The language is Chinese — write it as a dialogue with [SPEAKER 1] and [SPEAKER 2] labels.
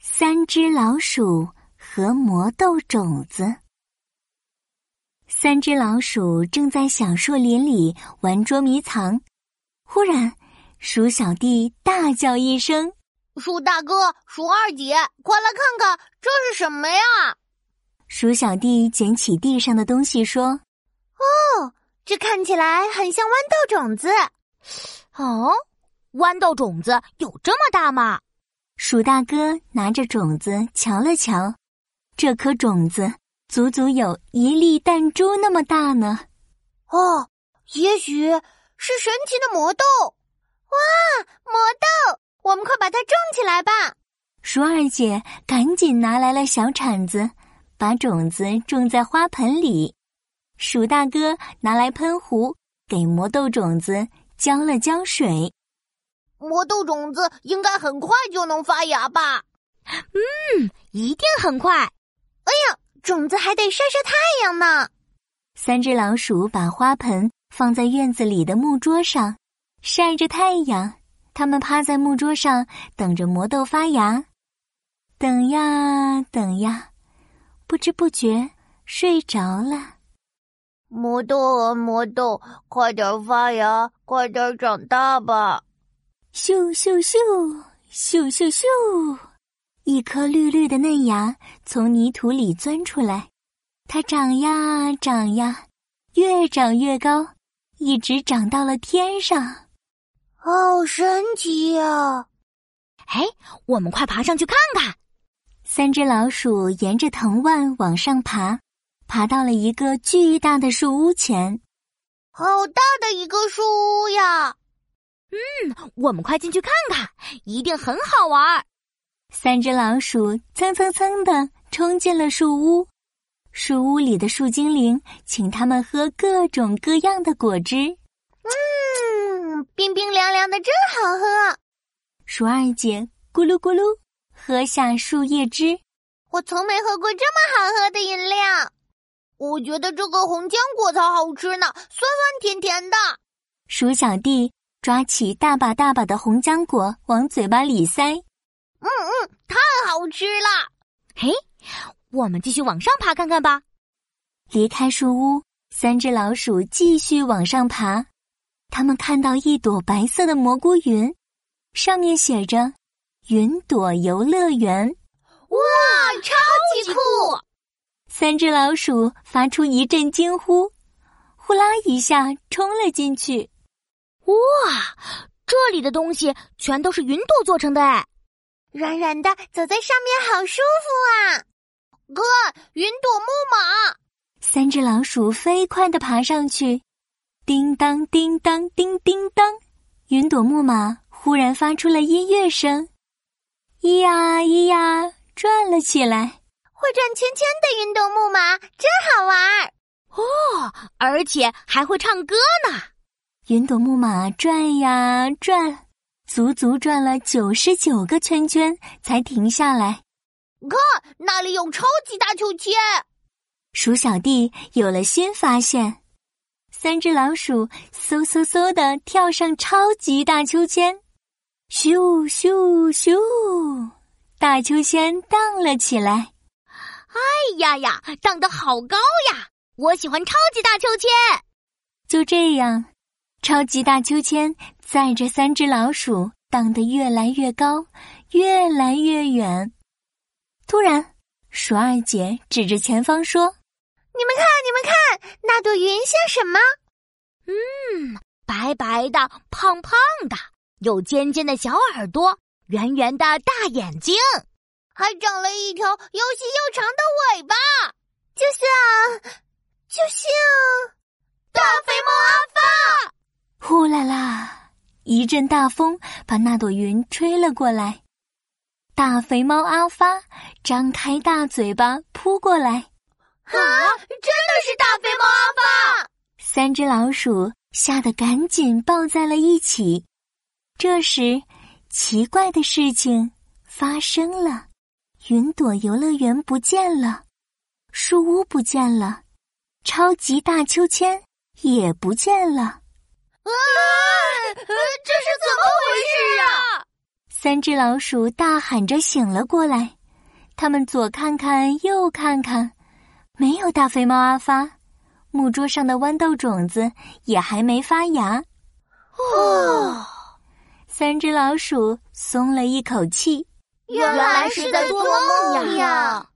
[SPEAKER 1] 三只老鼠和魔豆种子。三只老鼠正在小树林里玩捉迷藏，忽然，鼠小弟大叫一声
[SPEAKER 2] 鼠大哥、鼠二姐，快来看看这是什么呀？：“
[SPEAKER 1] 鼠小弟捡起地上的东西，说
[SPEAKER 2] 哦这看起来很像豌豆种子。哦，豌豆种子有这么大吗？：‘
[SPEAKER 1] 鼠大哥拿着种子瞧了瞧，这颗种子足足有一粒弹珠那么大呢。’
[SPEAKER 2] 哦，也许是神奇的魔豆。哇，魔豆！我们快把它种起来吧。
[SPEAKER 1] 鼠二姐赶紧拿来了小铲子，把种子种在花盆里。鼠大哥拿来喷壶，给魔豆种子浇了浇水。
[SPEAKER 2] 魔豆种子应该很快就能发芽吧？
[SPEAKER 3] 一定很快。
[SPEAKER 2] 种子还得晒晒太阳呢。
[SPEAKER 1] 三只老鼠把花盆放在院子里的木桌上，晒着太阳。它们趴在木桌上，等着魔豆发芽。等呀等呀，不知不觉睡着了。
[SPEAKER 2] 魔豆啊，魔豆，快点发芽，快点长大吧！
[SPEAKER 1] 咻咻咻咻咻咻，一颗绿绿的嫩芽从泥土里钻出来，它长呀长呀，越长越高，一直长到了天上。
[SPEAKER 2] 好神奇呀、
[SPEAKER 3] 哎，我们快爬上去看看。
[SPEAKER 1] 三只老鼠沿着藤蔓往上爬，爬到了一个巨大的树屋前。
[SPEAKER 2] 好大的一个树屋呀！
[SPEAKER 3] 我们快进去看看，一定很好玩儿。
[SPEAKER 1] 三只老鼠蹭蹭蹭的冲进了树屋，树屋里的树精灵请它们喝各种各样的果汁。
[SPEAKER 2] 嗯，冰冰凉凉的，真好喝。
[SPEAKER 1] 鼠二姐咕噜咕噜喝下树叶汁，
[SPEAKER 2] 我从没喝过这么好喝的饮料。我觉得这个红浆果才好吃呢，酸酸甜甜的。
[SPEAKER 1] 鼠小弟抓起大把大把的红浆果往嘴巴里塞。
[SPEAKER 2] 太好吃了！
[SPEAKER 3] 我们继续往上爬看看吧。
[SPEAKER 1] 离开树屋，三只老鼠继续往上爬。它们看到一朵白色的蘑菇云，上面写着“云朵游乐园
[SPEAKER 2] 啊，超级酷！”。
[SPEAKER 1] 三只老鼠发出一阵惊呼，呼啦一下冲了进去。
[SPEAKER 3] 这里的东西全都是云朵做成的哎。
[SPEAKER 2] 软软的，走在上面好舒服啊！哥，云朵木马，
[SPEAKER 1] 三只老鼠飞快地爬上去，叮当叮当叮叮当，云朵木马忽然发出了音乐声，咿呀咿呀转了起来。
[SPEAKER 2] 会转圈圈的云朵木马真好玩儿。
[SPEAKER 3] 而且还会唱歌呢。
[SPEAKER 1] 云朵木马转呀转，足足转了九十九个圈圈才停下来。
[SPEAKER 2] 那里有超级大秋千，哎
[SPEAKER 1] 鼠小弟有了新发现，三只老鼠嗖嗖嗖地跳上超级大秋千，咻咻咻，大秋千荡了起来。
[SPEAKER 3] 哎呀呀，荡得好高呀！我喜欢超级大秋千。
[SPEAKER 1] 就这样，超级大秋千载着三只老鼠荡得越来越高，越来越远。突然，鼠二姐指着前方说
[SPEAKER 2] 你们看，你们看，那朵云像什么？
[SPEAKER 3] 白白的，胖胖的，有尖尖的小耳朵，圆圆的大眼睛。
[SPEAKER 2] 还长了一条又细又长的尾巴，就像，就像大肥猫阿发。：“
[SPEAKER 1] 呼啦啦！”一阵大风把那朵云吹了过来。大肥猫阿发张开大嘴巴扑过来，
[SPEAKER 2] 啊，真的是大肥猫阿发！
[SPEAKER 1] 三只老鼠吓得赶紧抱在了一起。这时，奇怪的事情发生了：云朵游乐园不见了，树屋不见了，超级大秋千也不见了。
[SPEAKER 2] 呃啊，这是怎么回事啊？
[SPEAKER 1] 三只老鼠大喊着醒了过来，他们左看看右看看，没有大肥猫阿发，木桌上的豌豆种子也还没发芽。
[SPEAKER 2] 哦，
[SPEAKER 1] 三只老鼠松了一口气。
[SPEAKER 2] 原来是在做梦呀！